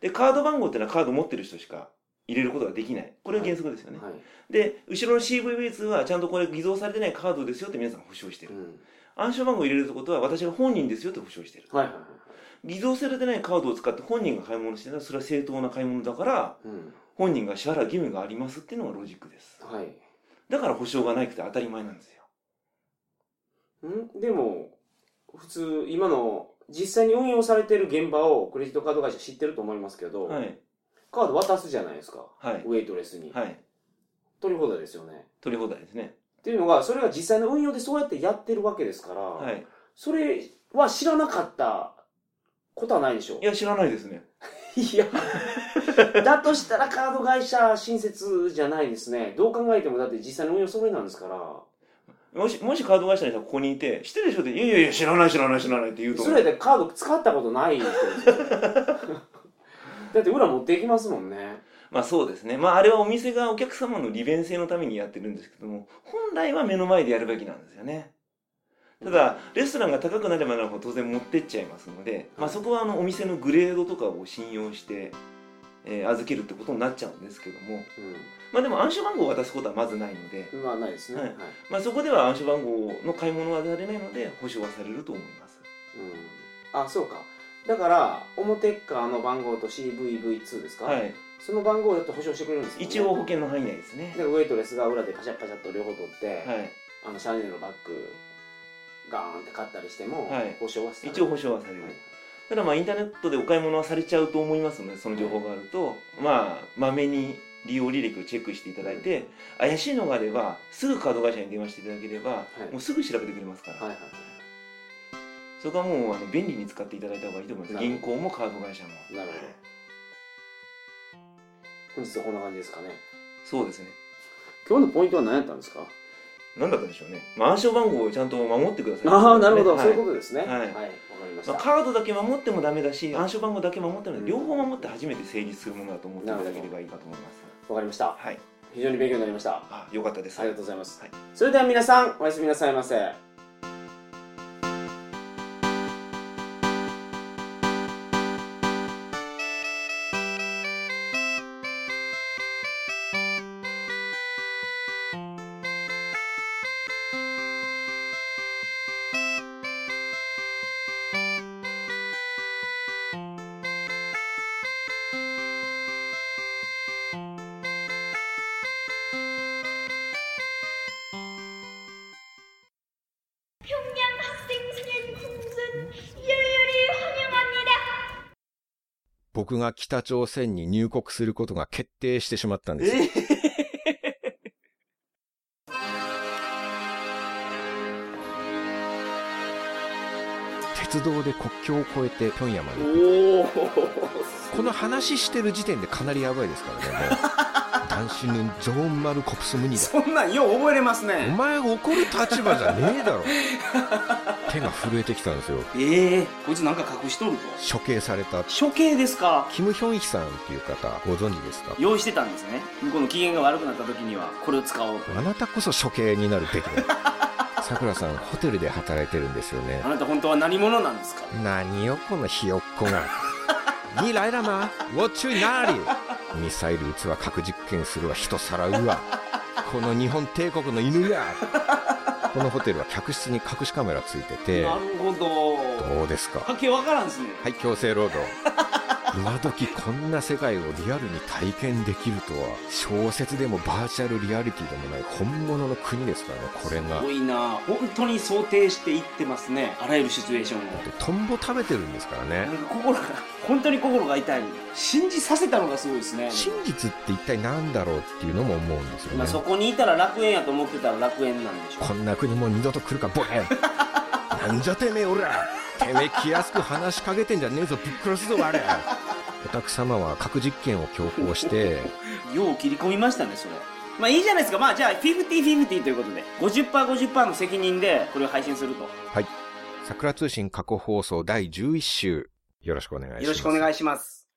B: で、カード番号ってのはカード持ってる人しか入れることができない。これが原則ですよね。
A: はい。
B: で、後ろの CVV2 はちゃんとこれ偽造されてないカードですよって皆さん保証して
A: う
B: る。
A: ん。
B: 暗証番号を入れるってことは私が本人ですよって保証してる。
A: はいはいはい。
B: 偽造されてないカードを使って本人が買い物してたらそれは正当な買い物だから、
A: うん。
B: 本人が支払う義務がありますっていうのがロジックです。
A: はい。
B: だから保証がないくて当たり前なんですよ。
A: んでも、普通、今の、実際に運用されてる現場をクレジットカード会社知ってると思いますけど、
B: はい。
A: カード渡すじゃないですか。
B: はい。
A: ウェイトレスに。
B: はい。
A: 取り放題ですよね。
B: 取り放題ですね。
A: っていうのが、それが実際の運用でそうやってやってるわけですから、
B: はい。
A: それは知らなかったことはないでしょう
B: い。や、知らないですね。
A: いや、 だとしたらカード会社新設じゃないですね。どう考えてもだって実際の運用それなんですから。
B: もし、もしカード会社の人がここにいて、知ってるでしょって、いやいやいや、知らない知らない知らないって言うと
A: そ
B: 思う。
A: れでカード使ったことない人ですよね。だって裏持っていきますもんね。
B: まあそうですね。まああれはお店がお客様の利便性のためにやってるんですけども、本来は目の前でやるべきなんですよね。ただ、レストランが高くなればなるほど当然持ってっちゃいますので、まあそこはあのお店のグレードとかを信用して、えー預けるってことになっちゃうんですけども、まあでも暗証番号を渡すことはまずないので、
A: うん。まあないですね。
B: は
A: はいい。
B: まあそこでは暗証番号の買い物はされないので、保証はされると思います。
A: うん。あ、そうか。だから、表側の番号と CVV2 ですか、
B: はい。
A: その番号だと保証してくれるんですよ、ね。
B: 一応保。険の範囲内ですね
A: だ。からウェイトレスが裏でカシャッカシャッと両方取って、
B: はい。
A: あのシャネルのバッグガーンって買ったりしても、
B: はい
A: 保証はして
B: 一応保証はされる
A: はい。
B: ただまあインターネットでお買い物はされちゃうと思いますのでその情報があるとまあまめに利用履歴をチェックしていただいて怪しいのがあればすぐカード会社に電話していただければ、
A: い
B: もうすぐ調べてくれますから、
A: はいはいは
B: そこはもうあの便利に使っていただいた方がいいと思いま
A: な
B: す
A: る
B: 銀行もカード会社も
A: い。なるほ
B: は
A: ど
B: い。
A: 本日はこんな感じですかね。
B: そうですね
A: 今日のポイントは何やったんですか
B: 何だったんでしょうね、まあ、暗証番号をちゃんと守ってください
A: ああ、なるほど、
B: は
A: そういうことですね。
B: はい
A: わ、かりまし
B: ま
A: た。
B: あカードだけ守ってもダメだし暗証番号だけ守ってもダメ
A: うん
B: 両方守って初めて成立するものだと思っていただければいいかと思います
A: わかりました。
B: はい
A: 非常に勉強になりました。あ
B: あよかったです
A: りがとうございます。
B: はい
A: それでは皆さん、おやすみなさいませ。
C: 평양 학생 소년 콩순 요요리 환영합니다.
D: 僕が北朝鮮に入国することが決定してしまったんですよ。鉄道で国境を越えて平壌まで。
A: おお。
D: この話してる時点でかなりやばいですからね、も う。単身のジョーン・マル・コプス・ムニだ。
A: そんなんよう覚えれます
D: お
A: ね。
D: 前怒る立場じゃねえだろ。手が震えてきたんですよ。
A: ええこいつなんか隠しとるぞ。
D: 処刑された、
A: 処刑ですか
D: キム・ヒョンヒさんっていう方、ご存知ですか
A: 用意してたんですね。向こうの機嫌が悪くなった時には、これを使おうと。
D: あなたこそ処刑になるべきだ。さくらさん、ホテルで働いてるんですよね
A: あ。なた本当は何者なんですか
D: 何よ、このひよっこが。にらいらま、ウォッチュイナーリ。ミサイル撃つわ核実験するわ人さらうわこの日本帝国の犬がこのホテルは客室に隠しカメラついてて
A: なるほど
D: どうですか
A: わけわからんですね
D: はい強制労働今時こんな世界をリアルに体験できるとは小説でもバーチャルリアリティでもない本物の国ですからねこれが
A: すごいな本当に想定していってますねあらゆるシチュエーションを
D: でトンボ食べてるんですから
A: なん
D: ね
A: か心が本当に心が痛い信じさせたのがすごいですね
D: 真実って一体何だろうっていうのも思うんですよ
A: まあ、
D: ね
A: そこにいたら楽園やと思ってたら楽園なんでしょ
D: こんな国もう二度と来るかボケんなんじゃてめえおらてめえ気安く話しかけてんじゃねえぞぶっ殺すぞあれお宅様は核実験を強行して
A: うよう切り込みましたねそれまあいいじゃないですかまあじゃあ50-50ということで 50%50% の責任でこれを配信すると
D: 桜通信過去放送第11週よろしくお願いします
A: よろしくお願いします